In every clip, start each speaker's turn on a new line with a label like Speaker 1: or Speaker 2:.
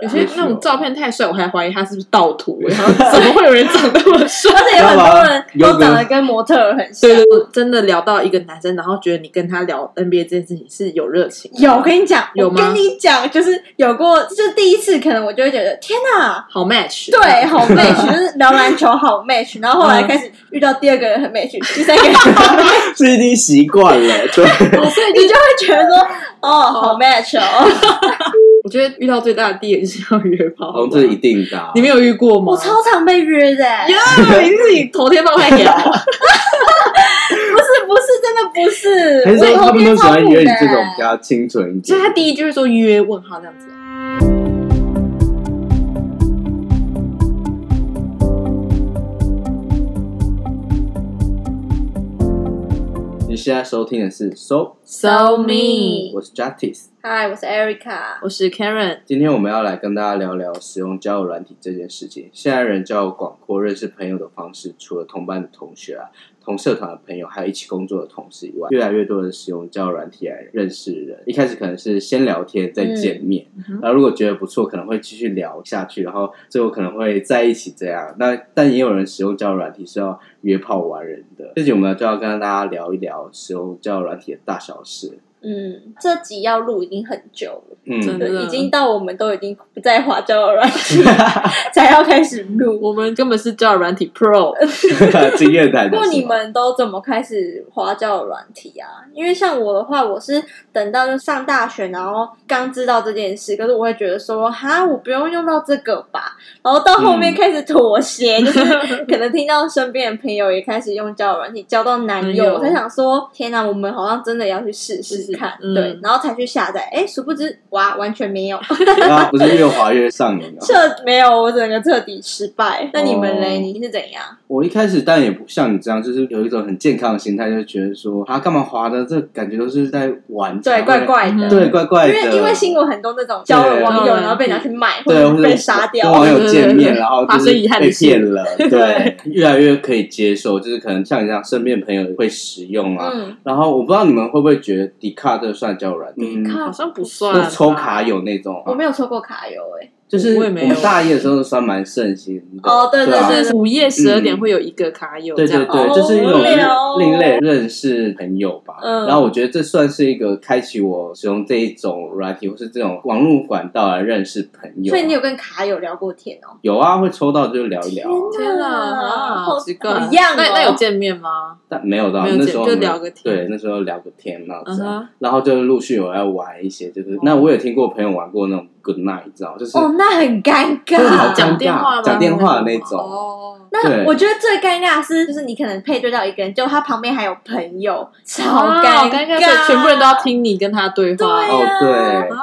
Speaker 1: 有些那种照片太帅，我还怀疑他是不是盗图、欸。怎么会有人长那么帅？
Speaker 2: 而且有很多人
Speaker 3: 有
Speaker 2: 都
Speaker 3: 的
Speaker 2: 长得跟模特儿很像
Speaker 1: 对。对对，真的聊到一个男生，然后觉得你跟他聊 NBA 这件事情是有热情的，
Speaker 2: 有，我跟你讲，
Speaker 1: 有
Speaker 2: 我
Speaker 1: 吗
Speaker 2: 跟你讲，就是有过，就是第一次，可能我就会觉得天哪，
Speaker 1: 好 match，
Speaker 2: 对，好 match，就是嗯聊篮球好 match，然后后来开始遇到第二个人很 match，第三个人 很 match，
Speaker 3: 是已经习惯了，对，
Speaker 1: 哦所以就
Speaker 2: 你就会觉得说，哦，好 match 哦，
Speaker 1: 我觉得遇到最大的第一个就是要约炮，
Speaker 3: 好像这一定的啊。
Speaker 1: 你没有遇过吗？
Speaker 2: 我超常被约的，欸
Speaker 1: 呀，你自己头天放太屌，
Speaker 2: 不是不是，真的 不是，
Speaker 3: 还是说
Speaker 2: 我
Speaker 3: 他
Speaker 2: 后
Speaker 3: 们
Speaker 2: 面
Speaker 3: 都喜
Speaker 2: 超
Speaker 3: 欢
Speaker 2: 苦
Speaker 3: 约
Speaker 2: 的欸
Speaker 3: 你这种比较清纯一
Speaker 1: 所
Speaker 3: 点
Speaker 1: 以？他第一就是说约问号这样子。
Speaker 3: 你现在收听的是《So》，
Speaker 1: So
Speaker 3: 我是 Justice。
Speaker 2: 嗨，我是 Erica，
Speaker 1: 我是 Karen，
Speaker 3: 今天我们要来跟大家聊聊使用交友软体这件事情。现在人交友广阔，认识朋友的方式，除了同班的同学啊、同社团的朋友，还有一起工作的同事以外，越来越多人使用交友软体来认识人。一开始可能是先聊天，再见面，
Speaker 1: 哼
Speaker 3: 嗯然后如果觉得不错，可能会继续聊下去，然后最后可能会在一起这样。那但也有人使用交友软体是要约炮玩人的。这集我们就要跟大家聊一聊使用交友软体的大小事。
Speaker 2: 嗯，这集要录已经很久了。
Speaker 1: 真
Speaker 3: 嗯，
Speaker 1: 的
Speaker 2: 已经到我们都已经不在华交友软体才要开始录。
Speaker 1: 我们根本是叫软体 Pro，
Speaker 3: 经验 谈。
Speaker 2: 不过你们都怎么开始华交友软体啊？因为像我的话，我是等到就上大学，然后刚知道这件事，可是我会觉得说，哈，我不用用到这个吧。然后到后面
Speaker 3: 嗯
Speaker 2: 开始妥协，
Speaker 1: 嗯
Speaker 2: 就是可能听到身边的朋友也开始用交友软体，交到男
Speaker 1: 男友
Speaker 2: 友，我才想说，天哪，我们好像真的要去试试看，
Speaker 1: 试试嗯
Speaker 2: 对，然后才去下载。哎，殊不知，哇，完全没有。
Speaker 3: 啊，不是越滑越上瘾啊！
Speaker 2: 彻没有，我整个彻底失败。那你们嘞？
Speaker 3: 哦
Speaker 2: 你是怎样？
Speaker 3: 我一开始但也不像你这样，就是有一种很健康的心态，就觉得说啊，干嘛滑的？这感觉都是在玩，
Speaker 2: 对，
Speaker 3: 才会
Speaker 2: 怪怪
Speaker 1: 嗯
Speaker 2: 的。
Speaker 3: 对，怪怪
Speaker 2: 因
Speaker 3: 的。
Speaker 2: 为因为新闻很多那种交了网友，
Speaker 1: 对
Speaker 2: 然后被拿去卖，或
Speaker 3: 对，
Speaker 2: 者
Speaker 3: 或
Speaker 2: 是
Speaker 3: 者
Speaker 2: 被杀
Speaker 3: 跟
Speaker 2: 掉
Speaker 3: 网。
Speaker 1: 对
Speaker 3: 友见
Speaker 1: 对对
Speaker 3: 面，
Speaker 1: 对
Speaker 3: 然 后
Speaker 1: 发
Speaker 3: 就
Speaker 1: 生
Speaker 3: 是
Speaker 1: 遗憾的
Speaker 3: 被
Speaker 1: 事
Speaker 3: 骗了，对，越来越可以接受，就是可能像你这样，身边朋友会使用啊。
Speaker 2: 嗯，
Speaker 3: 然后我不知道你们会不会觉得迪卡这算交友软件，
Speaker 2: 卡
Speaker 1: 好像不
Speaker 3: 就
Speaker 1: 算吧
Speaker 3: 是抽卡友那种啊，
Speaker 2: 嗯我没有抽过卡友诶。
Speaker 3: 就是
Speaker 1: 我
Speaker 3: 我
Speaker 1: 也没有
Speaker 3: 们大一的时候算蛮盛行的。
Speaker 2: 哦对
Speaker 3: 对啊
Speaker 2: 对
Speaker 1: 就是午夜十二点会有一个卡友这
Speaker 3: 对嗯对
Speaker 1: 样。
Speaker 3: 对，
Speaker 2: 哦
Speaker 3: 就是一
Speaker 2: 无聊
Speaker 3: 种另类认识朋友吧。
Speaker 2: 嗯
Speaker 3: 然后我觉得这算是一个开启我使用这一种软体或是这种网络管道来认识朋友。啊
Speaker 2: 所以你有跟卡友聊过天哦？
Speaker 3: 有啊，会抽到就聊一聊啊，
Speaker 1: 天哪，啊好奇怪！
Speaker 2: 一样哦
Speaker 1: 那那有见面吗？
Speaker 3: 但没有到
Speaker 1: 没有见
Speaker 3: 那时候
Speaker 1: 就聊个天
Speaker 3: 对，那时候聊个天然后这样
Speaker 1: 嗯哼
Speaker 3: 然后就陆续有要哎玩一些，就是、
Speaker 1: 哦
Speaker 3: 那我有听过朋友玩过那种 Good Night，你知道，就是、
Speaker 2: 哦，那很尴
Speaker 3: 对好
Speaker 2: 尬。
Speaker 3: 尴
Speaker 1: 讲
Speaker 3: 尬
Speaker 1: 电话吗？
Speaker 3: 嗯讲电话的那种
Speaker 1: 哦，
Speaker 2: 那
Speaker 3: 对
Speaker 2: 我觉得最尴尬的是，就是你可能配对到一个人，就他旁边还有朋友，超
Speaker 1: 啊好尴尬，所以全部人都要听你跟他对话。
Speaker 2: 对啊
Speaker 3: 哦对。
Speaker 1: 啊，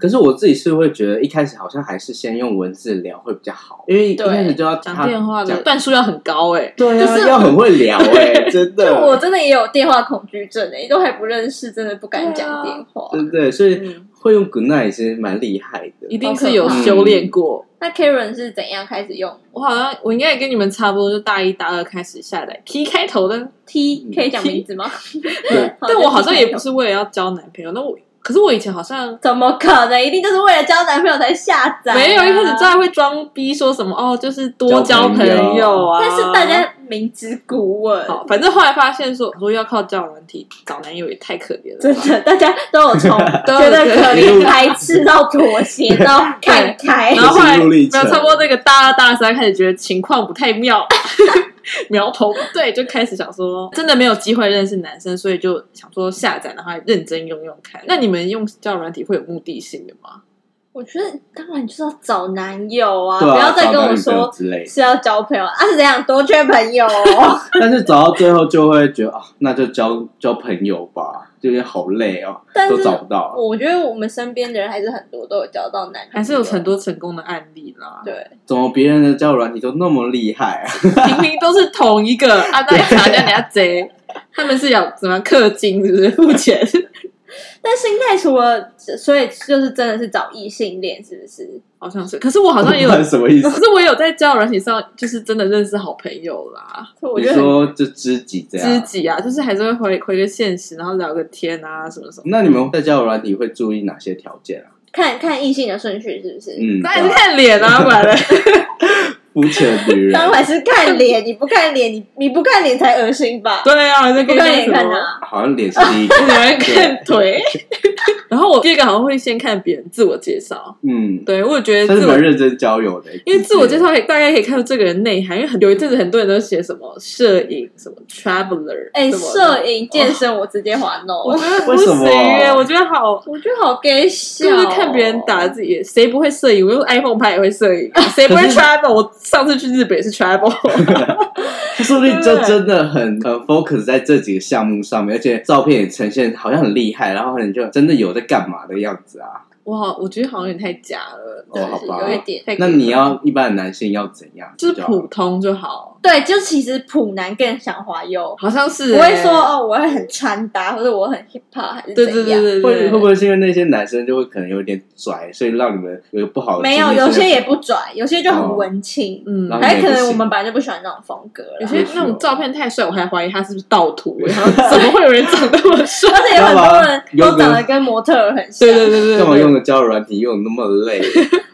Speaker 3: 可是我自己是会觉得一开始好像还是先用文字聊会比较好，因为一
Speaker 2: 对
Speaker 3: 开始就要他
Speaker 1: 讲电话的
Speaker 3: 讲
Speaker 1: 段数要很高哎。
Speaker 3: 对啊，
Speaker 2: 就是
Speaker 3: 要很会聊哎、真的。
Speaker 2: 就我真的也有电话恐惧症诶，都还不认识，真的不敢讲
Speaker 1: 对啊
Speaker 2: 电话。
Speaker 3: 对对，所以
Speaker 1: 嗯
Speaker 3: 会用 good night 其实蛮厉害的。
Speaker 1: 一定是有修炼过。
Speaker 2: 那 Karen 是怎样开始用
Speaker 1: 我好像我应该也跟你们差不多，就大一大二开始下载 T 开头的，
Speaker 2: T？
Speaker 3: 嗯
Speaker 2: 可以讲名字吗？
Speaker 3: 对啊
Speaker 1: 但我好像也不是为了要交男朋友。那我可是我以前好像
Speaker 2: 怎么可能，一定就是为了交男朋友才下载、啊
Speaker 1: 没有一开始真的会装逼说什么哦，就是多交
Speaker 3: 交
Speaker 1: 朋
Speaker 3: 朋友
Speaker 1: 友啊。
Speaker 2: 但是大家明知故问，
Speaker 1: 好，反正后来发现说说要靠交友软体找男友也太可怜了吧，
Speaker 2: 真的大家都有 从
Speaker 1: 都
Speaker 2: 觉
Speaker 1: 有
Speaker 2: 得可怜、排斥到妥 协到看开
Speaker 1: 然。后后来
Speaker 3: 心路
Speaker 1: 没
Speaker 3: 哎历
Speaker 1: 有
Speaker 3: 程
Speaker 1: 差不多那个大二大三开始觉得情况不太妙， 苗头不对，就开始想说真的没有机会认识男生，所以就想说下载，然后认真用用看。那你们用交友软体会有目的性的吗？
Speaker 2: 我觉得当然就是要找男友啊，
Speaker 3: 对啊
Speaker 2: 不要再跟
Speaker 3: 找
Speaker 2: 我
Speaker 3: 男女朋友
Speaker 2: 说。
Speaker 3: 之类的。
Speaker 2: 是要交朋友啊？是怎样多缺朋友、 哦？
Speaker 3: 但是找到最后就会觉得啊，那就交交朋友吧，就有点好累哦，
Speaker 2: 但是
Speaker 3: 都找不到。
Speaker 2: 我觉得我们身边的人还是很多都有交到男女朋友，
Speaker 1: 还是有很多成功的案例啦，
Speaker 2: 对，
Speaker 3: 怎么别人的交友软体都那么厉害啊？
Speaker 1: 明明都是同一个，啊，大家查人家 贼，他们是要怎么样氪金，是不是付钱？
Speaker 2: 但心态除了，所以就是真的是找异性恋，是不是？
Speaker 1: 好像是，可是我好像 也有，
Speaker 3: 什么意 思？
Speaker 1: 可是我有在交友软体上，就是真的认识好朋友啦。
Speaker 2: 所以我
Speaker 3: 你
Speaker 2: 觉得很
Speaker 3: 说就知己这
Speaker 1: 知
Speaker 3: 样？
Speaker 1: 己啊，就是还是会回回个现实，然后聊个天啊，什么什么。
Speaker 3: 那你们在交友软体会注意哪些条件啊？
Speaker 2: 看看异性的顺序是不是？
Speaker 3: 嗯，
Speaker 1: 当然是看脸啊，管了。
Speaker 3: 肤浅的女人，
Speaker 2: 当然是看 脸，你不看脸，你你不看脸才恶心吧？
Speaker 1: 对啊，在
Speaker 2: 不
Speaker 1: 跟
Speaker 2: 看
Speaker 1: 你
Speaker 2: 脸
Speaker 1: 讲什
Speaker 2: 看
Speaker 1: 么？
Speaker 2: 哪？
Speaker 3: 好像脸是第一个，
Speaker 2: 啊
Speaker 1: 我喜欢看腿。 然后我第二个好像会先看别人自我介绍，
Speaker 3: 嗯，
Speaker 1: 对我也觉得
Speaker 3: 算
Speaker 1: 自
Speaker 3: 是
Speaker 1: 我
Speaker 3: 蛮认真交友的，
Speaker 1: 因为自我介绍也大概可以看到这个人内涵，因为很有一阵子很多人都写什么摄影什么 traveler，
Speaker 2: 哎，
Speaker 1: 什么的
Speaker 2: 摄影健身我直接哦滑 no，
Speaker 1: 我觉得不
Speaker 3: 为什
Speaker 1: 行
Speaker 3: 么
Speaker 1: 耶，我觉得好。
Speaker 2: 我觉得好 gay 笑
Speaker 1: 就
Speaker 2: 哦，
Speaker 1: 是看别人打自己，谁不会摄影？我用 iPhone 拍也会摄 影，谁不会
Speaker 3: 可是
Speaker 1: travel？我上次去日本也是 travel，
Speaker 3: 他说不定就真的很很 focus 在这几个项目上面，而且照片也呈现好像很厉害，然后你就真的有在干嘛的样子啊？
Speaker 1: 哇，我觉得好像有点太假了，
Speaker 3: 哦好吧
Speaker 2: 有一点。
Speaker 1: 太
Speaker 3: 那你要一般的男性要怎样？
Speaker 1: 就是
Speaker 3: 比较
Speaker 1: 普通就好，
Speaker 2: 对，就其实普男更想滑右，
Speaker 1: 好像是
Speaker 2: 不
Speaker 1: 耶
Speaker 2: 会说哦，我会很穿搭，或者我很 hip hop 还是
Speaker 1: 对对
Speaker 2: 怎样？
Speaker 1: 对对
Speaker 3: 会
Speaker 1: 对，
Speaker 3: 会不会是因为那些男生就会可能有点拽，所以让你们有一个不好的
Speaker 2: 没有，
Speaker 3: 经验
Speaker 2: 有些也不拽，有些就很文青，
Speaker 1: 嗯？
Speaker 3: 然后
Speaker 2: 还
Speaker 3: 也
Speaker 2: 有
Speaker 3: 不
Speaker 2: 哎可能
Speaker 3: 行
Speaker 2: 我们本来就不喜欢那种风格啦
Speaker 1: 有 些那种照片太帅，我还怀疑他是不是盗 图。欸然后怎么会有人长那么帅？
Speaker 2: 而且有很多人
Speaker 3: 要
Speaker 2: 都
Speaker 3: 不然
Speaker 2: 长得跟模特儿很像。
Speaker 1: 对对对对对，
Speaker 3: 干嘛用个交友软体用那么 累？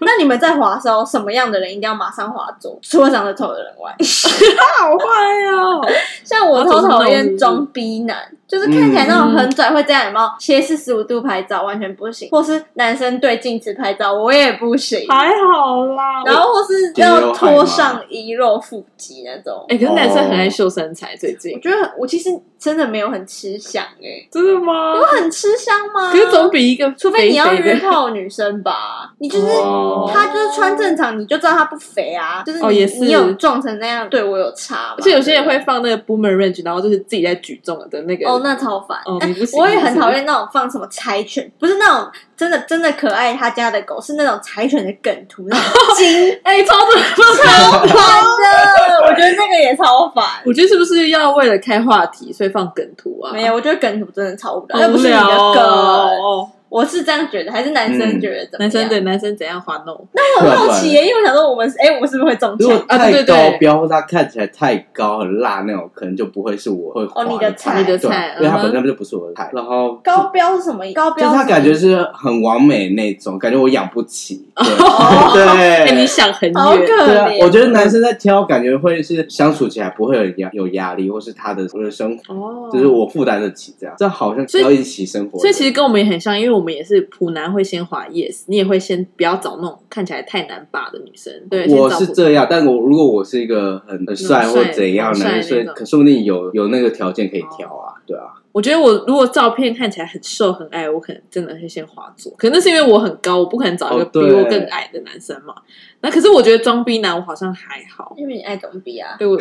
Speaker 2: 那你们在滑的时候，什么样的人一定要马上滑走？除了长得丑的人外，
Speaker 1: 好坏哦！
Speaker 2: 像我超
Speaker 1: 滑
Speaker 2: 讨
Speaker 1: 走是那
Speaker 2: 厌
Speaker 1: 种
Speaker 2: 装逼男，就是看起来那种
Speaker 1: 嗯
Speaker 2: 很拽，会这样有没有？斜四十五度拍照完全不行，或是男生对镜子拍照，我也不行。
Speaker 1: 还好啦。
Speaker 2: 然后或是要脱上衣露腹肌那种。
Speaker 1: 哎、可是男生很
Speaker 3: 哦
Speaker 1: 爱秀身材，最近
Speaker 2: 我觉得很我其实真的没有很吃香哎、
Speaker 1: 真的吗？
Speaker 2: 我很吃香吗？
Speaker 1: 可是总比一个
Speaker 2: 除非你要
Speaker 1: 肥肥
Speaker 2: 约
Speaker 1: 的
Speaker 2: 炮女生吧，你就是。
Speaker 3: 哦
Speaker 2: 她就是穿正常，你就知道她不肥啊。就是你,、
Speaker 1: 哦也是
Speaker 2: 你有撞成那样，对我有差吧。
Speaker 1: 而且有些人
Speaker 2: 对
Speaker 1: 会
Speaker 2: 不
Speaker 1: 放那个 boomer range，然后就是自己在举重的那个
Speaker 2: 对哦，那超烦。
Speaker 1: 哦
Speaker 2: 哎
Speaker 1: 你不行
Speaker 2: 我也很讨厌那种放什么柴犬，不是那种真的真的可爱他家的狗，是那种柴犬的梗图，那种金
Speaker 1: 哎、超准！
Speaker 2: 超烦的。我觉得那个也超烦。
Speaker 1: 我觉得是不是要为了开话题，所以放梗图啊？
Speaker 2: 没有，我觉得梗图真的超无聊，
Speaker 1: 好
Speaker 2: 又不
Speaker 1: 无
Speaker 2: 是你
Speaker 1: 聊
Speaker 2: 的梗，
Speaker 1: 哦。嗯
Speaker 2: 我是这样觉得，还是男生觉得怎么样？
Speaker 1: 男生对男生怎样滑 no？
Speaker 2: 那我很好奇耶，因为我想说我们是，哎，我们是不是会中
Speaker 3: 如果
Speaker 2: 枪？
Speaker 1: 啊对
Speaker 3: 太
Speaker 1: 对对
Speaker 3: 高标或他看起来太高很辣那种，可能就不会是我会滑
Speaker 2: 哦你的菜
Speaker 1: 你的
Speaker 3: 对
Speaker 1: 菜
Speaker 3: 因为
Speaker 1: 嗯
Speaker 3: 他
Speaker 1: 哼
Speaker 3: 本身就不是我的菜。然后
Speaker 2: 高标是什么意思？高
Speaker 3: 就
Speaker 2: 标
Speaker 3: 是
Speaker 2: 是
Speaker 3: 他
Speaker 2: 什么
Speaker 3: 感
Speaker 2: 意
Speaker 3: 觉
Speaker 2: 思
Speaker 3: 是很完美那种，感觉我养 不起。
Speaker 2: 哦
Speaker 3: 对，
Speaker 1: 哎、
Speaker 3: 对
Speaker 1: 你想很
Speaker 2: 好可
Speaker 1: 远，
Speaker 3: 对
Speaker 2: 怜
Speaker 3: 啊
Speaker 2: 哦。，
Speaker 3: 我觉得男生在挑，感觉会是相处起来不会有压有压力，或是他的生活，
Speaker 1: 哦
Speaker 3: 就是我负担得起这样。这好像
Speaker 1: 所以
Speaker 3: 要一起生活的，
Speaker 1: 所以其实跟我们也很像，因为我们也是普男会先滑 yes，你也会先不要找那种看起来太难把的女生。对，
Speaker 3: 我
Speaker 1: 先
Speaker 3: 是
Speaker 1: 找普
Speaker 3: 这样，但我如果我是一个很很帅
Speaker 1: 很
Speaker 3: 或
Speaker 1: 帅
Speaker 3: 怎样的
Speaker 1: 很帅
Speaker 3: 人，所以
Speaker 1: 那种哦
Speaker 3: 可说不定有有那个条件可以挑啊，对啊，
Speaker 1: 我觉得我如果照片看起来很瘦很矮，我可能真的会先滑左。可能那是因为我很高，我不可能找一个
Speaker 3: 哦
Speaker 1: 比
Speaker 3: 对
Speaker 1: 我更矮的男生嘛。那可是我觉得装逼男我好像还好，
Speaker 2: 因为你爱装逼啊。
Speaker 1: 对我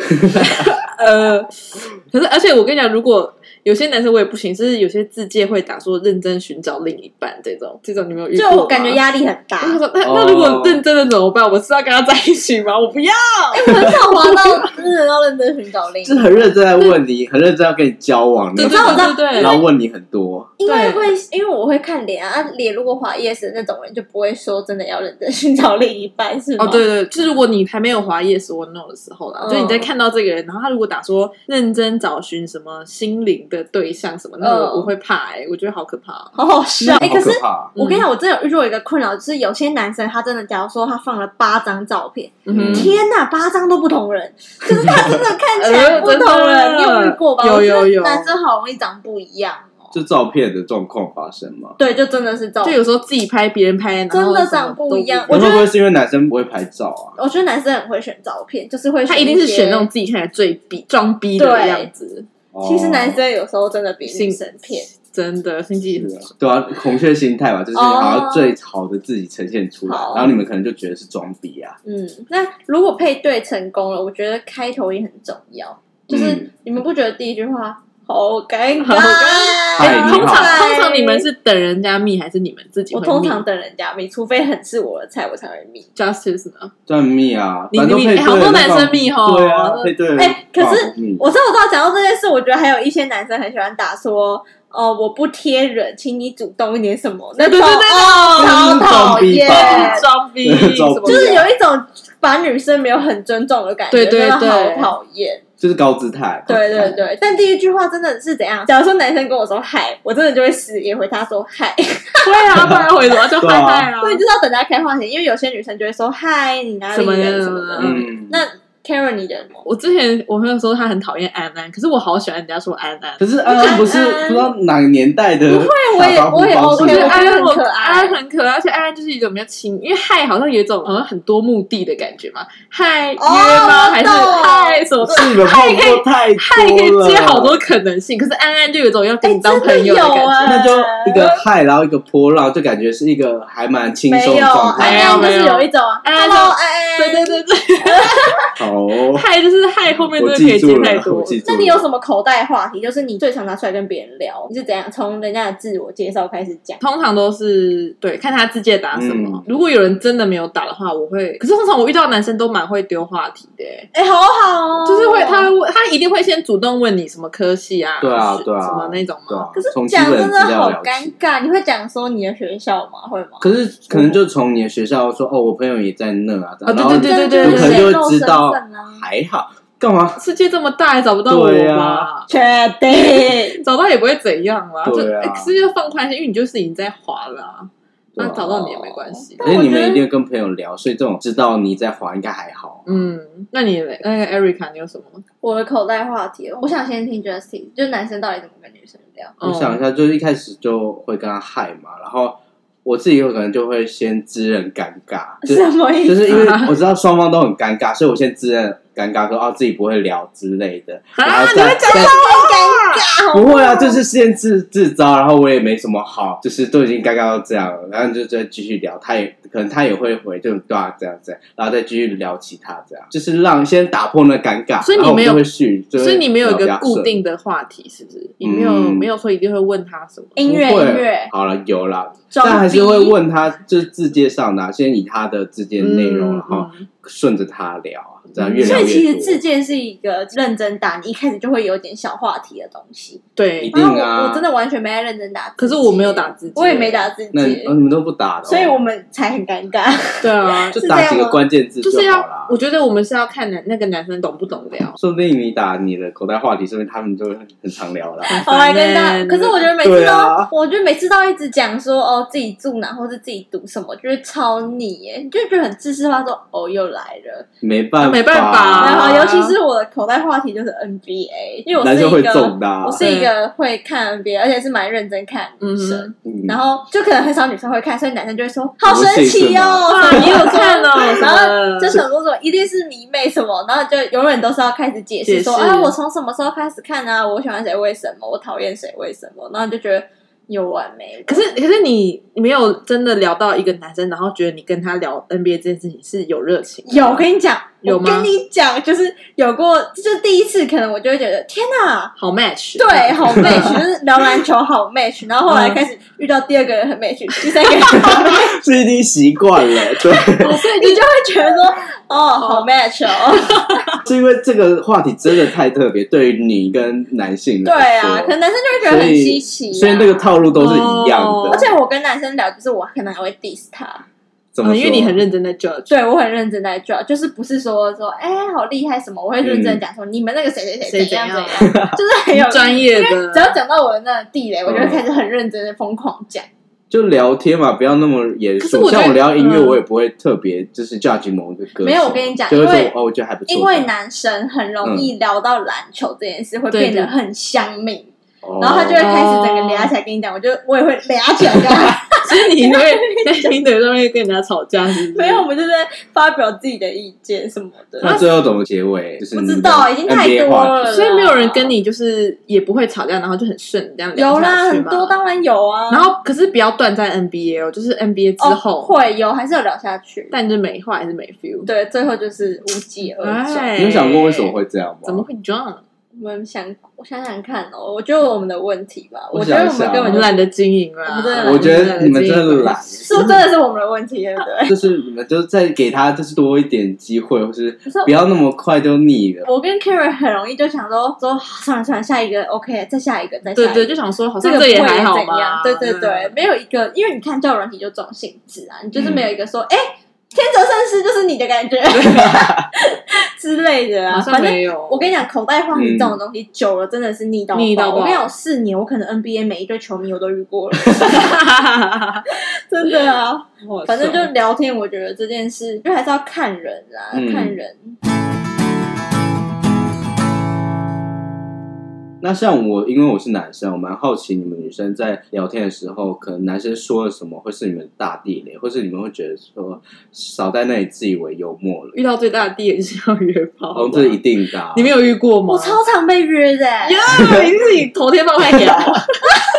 Speaker 1: 呃，可是而且我跟你讲，如果有些男生我也不行，就是有些字界会打说认真寻找另一半这种，这种你没有遇
Speaker 2: 就
Speaker 1: 过吗？
Speaker 2: 我感
Speaker 3: 啊
Speaker 2: 觉压力 很大，
Speaker 1: 我就说
Speaker 2: 哎
Speaker 1: 那
Speaker 3: 哦
Speaker 1: 那如果认真的怎么办？我是要跟他在一起吗？我不要。
Speaker 2: 我很少滑到真的要认真寻找另一
Speaker 3: 就是
Speaker 2: 半，
Speaker 3: 很认真在问你，很认真要跟你交往，
Speaker 1: 对
Speaker 3: 那
Speaker 1: 对
Speaker 3: 种
Speaker 2: 知道我知道
Speaker 1: 对对
Speaker 3: 然
Speaker 1: 对，
Speaker 3: 后问你很多，
Speaker 2: 因为会因为我会看脸啊，啊脸如果滑 yes 的那种人就不会说真的要认真寻找另一半是吗？
Speaker 1: 哦，对对，就是如果你还没有滑 yes or no 的时候啦，
Speaker 2: 嗯
Speaker 1: 就你在看到这个人，然后他如果打说认真找寻什么心灵的对象什么，那我、
Speaker 2: 嗯
Speaker 1: 我会怕哎、我觉得好可怕哦、
Speaker 2: 好好笑。哎，
Speaker 3: 好
Speaker 2: 可是
Speaker 3: 可怕啊。
Speaker 2: 我跟你
Speaker 1: 嗯
Speaker 2: 讲，我真的有遇到一个困扰，就是有些男生他真的，假如说他放了八张照片，
Speaker 1: 嗯哼
Speaker 2: 天哪，八张都不同人，就是他真的看起来不同
Speaker 1: 呃
Speaker 2: 人，
Speaker 1: 真的
Speaker 2: 你有遇过吧？
Speaker 1: 有
Speaker 2: 我觉得
Speaker 1: 有有
Speaker 2: 男生好容易长不一样哦。
Speaker 3: 就照片的状况发生吗？
Speaker 2: 对，就真的是照
Speaker 1: 就
Speaker 2: 片，
Speaker 1: 有时候自己拍，别人拍，然后
Speaker 2: 真的
Speaker 1: 什么
Speaker 2: 长不一样
Speaker 1: 都
Speaker 2: 我
Speaker 3: 会
Speaker 2: 觉得
Speaker 3: 不会是因为男生不会拍照啊？
Speaker 2: 我觉得男生很会选照片，就是会
Speaker 1: 他一定是
Speaker 2: 些
Speaker 1: 选那种。自己看起来最逼装逼的
Speaker 2: 对
Speaker 1: 样子，
Speaker 2: 其实男
Speaker 3: 哦
Speaker 2: 生有时候真的比女
Speaker 1: 性
Speaker 2: 生骗，
Speaker 1: 真的心机很
Speaker 3: 是啊对啊，孔雀心态吧，就是好像最好的自己呈现出来，
Speaker 2: 哦好
Speaker 3: 然后你们可能就觉得是装逼啊。
Speaker 2: 嗯，那如果配对成功了，我觉得开头也很重要，就是、
Speaker 3: 嗯
Speaker 2: 你们不觉得第一句话好尴尬？
Speaker 1: 好尴
Speaker 3: 嗨
Speaker 1: 哎
Speaker 3: 你
Speaker 1: 通常
Speaker 2: 嗨
Speaker 1: 通常你们是等人家密还是你们自己
Speaker 2: 我
Speaker 1: 会密？
Speaker 2: 通常等人家密，除非很是我的菜，我才会密。
Speaker 1: justice 呢？
Speaker 3: 算蜜啊，
Speaker 1: 你
Speaker 3: 反正
Speaker 1: 你
Speaker 3: 配对
Speaker 1: 哎好多
Speaker 3: 的
Speaker 1: 男
Speaker 3: 那
Speaker 1: 生
Speaker 3: 种
Speaker 1: 蜜吼
Speaker 3: 对啊，
Speaker 1: 那
Speaker 3: 配对
Speaker 2: 哎可是
Speaker 3: 哇蜜
Speaker 2: 我知道，我知道，讲到这件事，我觉得还有一些男生很喜欢打说，哦，我不贴人，请你主动一点什么，那
Speaker 1: 对
Speaker 2: 种
Speaker 1: 对对嗯
Speaker 2: 哦，
Speaker 3: 那
Speaker 2: 超
Speaker 3: 种
Speaker 2: 讨厌，
Speaker 3: 装
Speaker 1: 装逼
Speaker 3: 装逼
Speaker 1: 什么的
Speaker 2: 就是有一种把女生没有很尊重的感觉，
Speaker 1: 对对
Speaker 2: 真的
Speaker 1: 对
Speaker 2: 好讨厌。
Speaker 3: 就是高姿态。高姿态
Speaker 2: 对对，对，但第一句话真的是怎样？假如说男生跟我说嗨，我真的就会死也回他说嗨，
Speaker 1: 会啊，不然回什么就
Speaker 3: 对
Speaker 1: 嗨
Speaker 3: 啊
Speaker 1: 嗨 啊
Speaker 2: 所以就是要等大家开话题，因为有些女生就会说嗨，你哪
Speaker 1: 什
Speaker 2: 里
Speaker 1: 么
Speaker 2: 人
Speaker 1: 的
Speaker 2: 什么的。
Speaker 1: 嗯
Speaker 3: 嗯，
Speaker 2: 那 Karen 你的
Speaker 1: 我之前我朋友说他很讨厌安安，可是我好喜欢人家说安安。
Speaker 3: 可是安安不是
Speaker 2: 安安
Speaker 3: 不知道哪个年代的
Speaker 2: 呃会我也
Speaker 3: 打招呼
Speaker 2: 我也
Speaker 3: 方式
Speaker 2: OK，
Speaker 1: 觉得
Speaker 2: 我
Speaker 1: 安安
Speaker 2: 觉得很
Speaker 1: 我
Speaker 2: 可爱
Speaker 1: 安安很可爱，而且安安就是一种比较亲，因为嗨好像有一种好像很多目的的感觉嘛，嗨约
Speaker 2: 哦
Speaker 1: 吗？
Speaker 2: 我
Speaker 1: 还是
Speaker 2: 懂
Speaker 1: 嗨什么？
Speaker 3: 是你们碰过太
Speaker 1: 嗨可
Speaker 3: 多
Speaker 1: 以
Speaker 3: 了，
Speaker 1: 接好多可能性，可是安安就有一种要跟你当朋友
Speaker 2: 哎真的有
Speaker 1: 感觉。
Speaker 2: 啊
Speaker 3: 那就一个嗨，然后一个波浪，就感觉是一个还蛮轻松
Speaker 2: 没
Speaker 3: 的
Speaker 2: 有，
Speaker 3: 状
Speaker 2: 安
Speaker 1: 没
Speaker 3: 态。
Speaker 1: 有
Speaker 2: 安就
Speaker 1: 没
Speaker 2: 是
Speaker 1: 有
Speaker 2: 有一种
Speaker 1: 安安
Speaker 2: Hello 安安，
Speaker 1: 对对对对，
Speaker 3: 哦，
Speaker 1: 嗨就是嗨，后面真的
Speaker 3: 我
Speaker 1: 可以接
Speaker 3: 记住
Speaker 1: 太
Speaker 3: 了，
Speaker 1: 多
Speaker 3: 我。记住
Speaker 2: 那
Speaker 3: 了。
Speaker 2: 你有什么口袋话题？就是你最常拿出来跟别人聊，你是怎样从人家的自我介绍开始讲？
Speaker 1: 通常都是对看他自己打什么、
Speaker 3: 嗯
Speaker 1: 如果有人真的没有打的话，我会。可是通常我遇到的男生都蛮会丢话题的、欸
Speaker 2: 哎、好好哦，
Speaker 1: 就是会他会问他一定会先主动问你什么科系啊，
Speaker 3: 对啊
Speaker 1: 是
Speaker 3: 对啊
Speaker 1: 什么那种
Speaker 3: 对
Speaker 1: 嘛。
Speaker 3: 啊
Speaker 2: 可是
Speaker 3: 从基
Speaker 2: 讲
Speaker 3: 本
Speaker 2: 真
Speaker 3: 资
Speaker 2: 的
Speaker 3: 料
Speaker 2: 好
Speaker 3: 了
Speaker 2: 尴
Speaker 3: 解。
Speaker 2: 尬，你会讲说你的学校吗？会吗？
Speaker 3: 可是可能就从你的学校说，哦，我朋友也在那啊，
Speaker 1: 啊
Speaker 3: 然后
Speaker 1: 对对对对
Speaker 3: 有可能就会知道
Speaker 2: 显露身份啊
Speaker 3: 还好，干嘛？
Speaker 1: 世界这么大，还找不到我
Speaker 3: 对
Speaker 1: 吧
Speaker 3: 啊？
Speaker 2: 确定
Speaker 1: 找到也不会怎样啦，就
Speaker 3: 对啊
Speaker 1: 欸可是要放宽心，因为你就是已经在滑了啊、那、
Speaker 3: 对啊
Speaker 1: 找到你也没关系。
Speaker 3: 而且你
Speaker 2: 啊我觉
Speaker 3: 们
Speaker 2: 得
Speaker 3: 一定要跟朋友聊，所以这种知道你在滑应该还好。
Speaker 1: 嗯，那你嘞那个 Erica 你有什么？
Speaker 2: 我的口袋话题，我想先听 Justin，就是男生到底怎么跟女生聊？
Speaker 1: 哦
Speaker 3: 我想一下，就是一开始就会跟他嗨嘛，然后我自己有可能就会先知认尴尬，就是
Speaker 2: 什么意
Speaker 3: 就
Speaker 2: 思？啊
Speaker 3: 是因为我知道双方都很尴尬，所以我先自认尴尬说啊自己不会聊之类的，
Speaker 1: 啊
Speaker 3: 然后
Speaker 1: 你
Speaker 3: 再
Speaker 1: 会
Speaker 3: 再
Speaker 2: 尴尬，
Speaker 3: 不会啊，就是先自自招，然后我也没什么好，就是都已经尴尬到这样了，然后就再继续聊，他也可能他也会回，就对啊这样这样，然后再继续聊其他这样，就是让先打破那尴尬，
Speaker 1: 所以你
Speaker 3: 然后我
Speaker 1: 没有
Speaker 3: 就会续，就会
Speaker 1: 所以你没有一
Speaker 3: 聊比
Speaker 1: 个
Speaker 3: 较
Speaker 1: 固
Speaker 3: 顺
Speaker 1: 定的话题，是不是？你没有、
Speaker 3: 嗯哎
Speaker 1: 没有说一定会问他什么？
Speaker 2: 音乐
Speaker 3: 不会
Speaker 2: 音乐，
Speaker 3: 好了有啦，
Speaker 2: 装
Speaker 3: 但还是会
Speaker 2: 逼
Speaker 3: 问他，就是字界上的啊、先以他的字界内容，
Speaker 1: 嗯
Speaker 3: 然后
Speaker 1: 嗯
Speaker 3: 顺着他聊啊，这样
Speaker 1: 嗯
Speaker 3: 越
Speaker 2: 所
Speaker 3: 聊
Speaker 2: 以其
Speaker 3: 越
Speaker 2: 实自
Speaker 3: 多。
Speaker 2: 荐是一个认真打，你一开始就会有点小话题的东西。
Speaker 1: 对
Speaker 3: 一，定
Speaker 2: 然
Speaker 3: 啊
Speaker 2: 后我我真的完全没在认真打字，
Speaker 1: 可是我没有打字，
Speaker 2: 我也没，打字
Speaker 3: 那你哦你们都不打的哦，
Speaker 2: 所以我们才很 尴尬。
Speaker 1: 对啊，
Speaker 3: 就是
Speaker 2: 这
Speaker 3: 打
Speaker 2: 样
Speaker 3: 几个
Speaker 2: 吗
Speaker 3: 关键字
Speaker 1: 就是
Speaker 3: 好
Speaker 1: 要
Speaker 3: 啦，。
Speaker 1: 我觉得我们是要看男那个男生懂不懂聊。
Speaker 3: 说不定你打你的口袋话题，说不定他们就很很常聊 啦。
Speaker 2: 好来跟大家，可是我觉得每次
Speaker 3: 对
Speaker 2: 都，
Speaker 3: 啊
Speaker 2: 我觉得每次都一直讲说哦自己住哪或是自己读什么，就是超腻耶，你就觉得很自私化说，哦又来了。
Speaker 3: 没办法，
Speaker 1: 没办法啊
Speaker 2: 然后尤其是我的口袋话题就是 NBA，因为我
Speaker 3: 男
Speaker 2: 是
Speaker 3: 生
Speaker 2: 一
Speaker 3: 会
Speaker 2: 个
Speaker 3: 中的啊
Speaker 2: 我，是一个会看 NBA，而且是蛮认真看的女生。
Speaker 1: 嗯
Speaker 3: 嗯
Speaker 2: 然后就可能很少女生会看，所以男生就会说好
Speaker 3: 我
Speaker 2: 神
Speaker 3: 是
Speaker 2: 奇
Speaker 3: 一
Speaker 2: 哦，
Speaker 1: 哇，你有看哦？
Speaker 2: 然
Speaker 1: 后
Speaker 2: 就想说什么一定是迷妹什么，然后就永远都是要开始解释说
Speaker 1: 解释
Speaker 2: 啊，我从什么时候开始看啊，我喜欢谁为什么，我讨厌谁为什么，然后就觉得有完没完。
Speaker 1: 可是可是你你没有真的聊到一个男生，然后觉得你跟他聊 NBA 这件事情是有热情的，
Speaker 2: 有，我跟你讲，
Speaker 1: 有
Speaker 2: 我
Speaker 1: 吗
Speaker 2: 跟你讲，就是有过，就是第一次，可能我就会觉得天哪，
Speaker 1: 好 match，
Speaker 2: 对，好 match，就是聊篮球好 match，然后后来
Speaker 1: 嗯
Speaker 2: 开始遇到第二个人很 match，第三个人很 match，
Speaker 3: 是已经习惯了，对，
Speaker 1: 哦所以就
Speaker 2: 你就会觉得说哦，好 match 哦。
Speaker 3: 是因为这个话题真的太特别，对于你跟男性
Speaker 2: 对
Speaker 3: 来说
Speaker 2: 啊，可能男生就会觉得很稀奇、啊，
Speaker 3: 所以那个套路都是一样
Speaker 1: 哦
Speaker 3: 的，
Speaker 2: 而且我跟男生聊，就是我可能还会 diss 他，
Speaker 3: 怎
Speaker 1: 嗯
Speaker 3: 么说？
Speaker 1: 因为你很认真在 judge，
Speaker 2: 对我很认真在 j 就是不是说说哎、好厉害什么，我会认真地讲说、你们那个谁谁
Speaker 1: 谁
Speaker 2: 谁怎样
Speaker 1: 怎样
Speaker 2: 怎样，就是很有
Speaker 1: 专业
Speaker 2: 因为
Speaker 1: 的，
Speaker 2: 只要讲到我的那个地雷，我就会
Speaker 3: 嗯
Speaker 2: 开始很认真的疯狂讲。
Speaker 3: 就聊天嘛，不要那么严
Speaker 1: 可是
Speaker 3: 肃。
Speaker 1: 我觉得
Speaker 3: 像我聊音乐，
Speaker 1: 嗯
Speaker 3: 我也不会特别就是 judge 某一个歌手。
Speaker 2: 没有我跟你讲
Speaker 3: 就会
Speaker 2: 因为
Speaker 3: 说哦，我觉得还不错。
Speaker 2: 因为男生很容易聊到篮球这件事，会
Speaker 1: 对
Speaker 2: 变得
Speaker 1: 对
Speaker 2: 很相命，
Speaker 3: 哦，
Speaker 2: 然后他就会开始整个聊起来。跟你讲，我就我也会聊起来跟他。
Speaker 1: 所以你会 在 Tinder 上面跟人家吵架，是不是
Speaker 2: 没有，我们就在发表自己的意见什么的。
Speaker 3: 那最后怎么结尾？就是
Speaker 2: 不
Speaker 3: 你
Speaker 2: 知
Speaker 3: 的
Speaker 2: 道，已经太
Speaker 3: NBA
Speaker 2: 多
Speaker 3: 话题
Speaker 2: 了啦，
Speaker 1: 所以没有人跟你就是也不会吵架，然后就很顺这样聊
Speaker 2: 有啦，
Speaker 1: 下去
Speaker 2: 很
Speaker 1: 吗
Speaker 2: 多当然有啊。
Speaker 1: 然后可是不要断在 NBA 哦，就是 NBA 之
Speaker 2: 哦、
Speaker 1: 后，
Speaker 2: 会有，还是有聊下去。
Speaker 1: 但就没话还是没 feel。
Speaker 2: 对，最后就是无疾而终。
Speaker 1: 哎
Speaker 3: 你有想过为什么会这样吗？
Speaker 1: 怎么会撞？
Speaker 2: 我们想，我想想看哦，我觉得我们的问题吧，
Speaker 3: 我
Speaker 2: 我觉
Speaker 3: 想
Speaker 2: 得我们
Speaker 3: 想
Speaker 2: 根
Speaker 1: 我
Speaker 2: 本
Speaker 1: 们
Speaker 2: 就
Speaker 1: 懒得经营
Speaker 2: 我
Speaker 1: 啦
Speaker 2: 们真的懒，得
Speaker 3: 我觉得你们真的懒，
Speaker 2: 是不是真的是我们的问题，对不对？
Speaker 3: 就是你们就是再给他就是多一点机会，或是
Speaker 2: 可是
Speaker 3: 不要那么快就腻了。
Speaker 2: 我跟 Karen 很容易就想说说，算了算了，下一个 OK，再下一个，再下一
Speaker 1: 对
Speaker 2: 个。
Speaker 1: 对，就想说好
Speaker 2: 这
Speaker 1: 像
Speaker 2: 个
Speaker 1: 这也
Speaker 2: 不会
Speaker 1: 还好
Speaker 2: 怎样
Speaker 1: 吧。
Speaker 2: 对对对，
Speaker 1: 嗯，
Speaker 2: 没有一个，因为你看交友软体就这种性质啊，你就是
Speaker 3: 嗯
Speaker 2: 没有一个说，哎、天择圣师就是你的感觉，之类的啊。
Speaker 1: 好像
Speaker 2: 反正
Speaker 1: 没有。
Speaker 2: 我跟你讲，口袋话题这种东西久了真的是腻到
Speaker 1: 腻到爆
Speaker 2: 我跟你讲，我四年我可能 NBA 每一队球迷我都遇过 了，
Speaker 1: 讲，
Speaker 2: 真的啊。
Speaker 1: 我
Speaker 2: 反正
Speaker 1: 笑
Speaker 2: 就聊天，我觉得这件事就还是要看人啦，
Speaker 3: 嗯
Speaker 2: 看人。
Speaker 3: 那像我，因为我是男生，我蛮好奇你们女生在聊天的时候，可能男生说了什么会是你们的大地雷，或是你们会觉得说少在那里自以为幽默了。
Speaker 1: 遇到最大的地点是要约炮吧，
Speaker 3: 哦，这是一定的、啊。
Speaker 1: 你没有遇过吗？
Speaker 2: 我超常被约的、欸，
Speaker 1: 呀，你自己头天放太屌，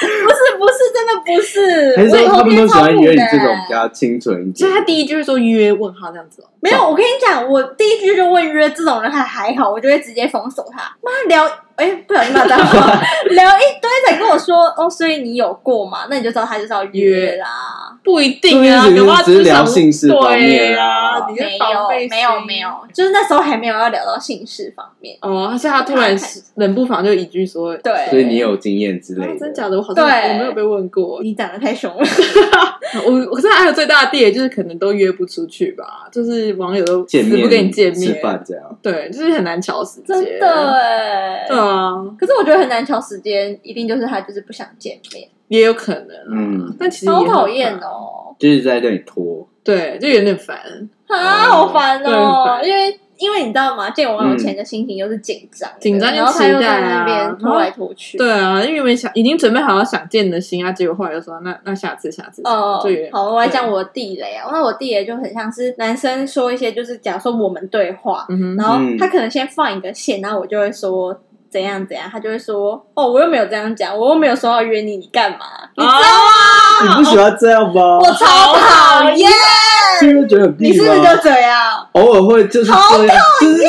Speaker 2: 不是不是，真的不是，
Speaker 3: 还是说
Speaker 2: 我
Speaker 3: 他
Speaker 2: 头
Speaker 3: 们都
Speaker 2: 天
Speaker 3: 喜
Speaker 2: 超
Speaker 3: 欢
Speaker 2: 苦
Speaker 3: 约
Speaker 2: 的
Speaker 3: 你
Speaker 2: 欸、
Speaker 3: 这种比较清纯一
Speaker 1: 所
Speaker 3: 点
Speaker 1: 以？他第一句是啊说约问号这样子哦。
Speaker 2: 没有，我跟你讲，我第一句就问约这种人还还好，我就会直接封锁他。妈聊，哎、不小心骂脏 话，聊一堆才跟我说哦，所以你有过嘛？那你就知道他就是要约啦。
Speaker 1: 不一定啊，
Speaker 3: 对
Speaker 1: 搞不好
Speaker 3: 只是聊
Speaker 1: 想
Speaker 3: 性事方面
Speaker 1: 对啊，你
Speaker 2: 没
Speaker 1: 是
Speaker 2: 有
Speaker 1: 防备，心
Speaker 2: 没有，没。有，就是那时候还没有要聊到性事方面。
Speaker 1: 哦，而且他突然是冷不防就一句说，
Speaker 2: 对
Speaker 3: 所以你有经验之类
Speaker 1: 啊
Speaker 3: 的。
Speaker 1: 真假的，我好像
Speaker 2: 对
Speaker 1: 我没有被问过。
Speaker 2: 你长得太凶了，
Speaker 1: 我我知道还有最大的地雷就是可能都约不出去吧，就是网友都死
Speaker 3: 见面
Speaker 1: 不跟你见
Speaker 3: 吃
Speaker 1: 面，啊
Speaker 3: 饭这样，
Speaker 1: 对，就是很难调时间。
Speaker 2: 真的哎、
Speaker 1: 对啊，
Speaker 2: 可是我觉得很难调时间，一定就是他就是不想见面，
Speaker 1: 也有可能啊，
Speaker 3: 嗯
Speaker 1: 但其实也
Speaker 2: 好
Speaker 1: 很
Speaker 2: 讨厌
Speaker 1: 烦。
Speaker 2: 哦，
Speaker 3: 就是在那里拖。
Speaker 1: 对，就有点烦，
Speaker 2: 啊，好烦哦，
Speaker 1: 对
Speaker 2: 因为。因为你知道吗？见网友前的心情又是紧张的，
Speaker 1: 紧张跟
Speaker 2: 然后他又
Speaker 1: 期待
Speaker 2: 在
Speaker 1: 啊
Speaker 2: 那边拖来拖去，
Speaker 1: 对啊，因为原本想已经准备好要想见你的心啊，结果后来又说那那下次下次，
Speaker 2: 哦
Speaker 1: 就有点，
Speaker 2: 好，我来讲我的地雷啊。那我地雷就很像是男生说一些，就是假如说我们对话，
Speaker 1: 嗯哼，
Speaker 2: 然后
Speaker 3: 嗯
Speaker 2: 他可能先放一个线，然后我就会说怎样怎样，他就会说哦，我又没有这样讲，我又没有说要约你，你干嘛？
Speaker 1: 你知道
Speaker 3: 你
Speaker 1: 啊
Speaker 3: 不喜欢这样吗？
Speaker 2: 我超讨厌，
Speaker 3: 是因为觉得很
Speaker 2: 你
Speaker 3: 屁
Speaker 2: 是不是
Speaker 3: 吗
Speaker 2: 就？这样？
Speaker 3: 偶尔会就是这样，就是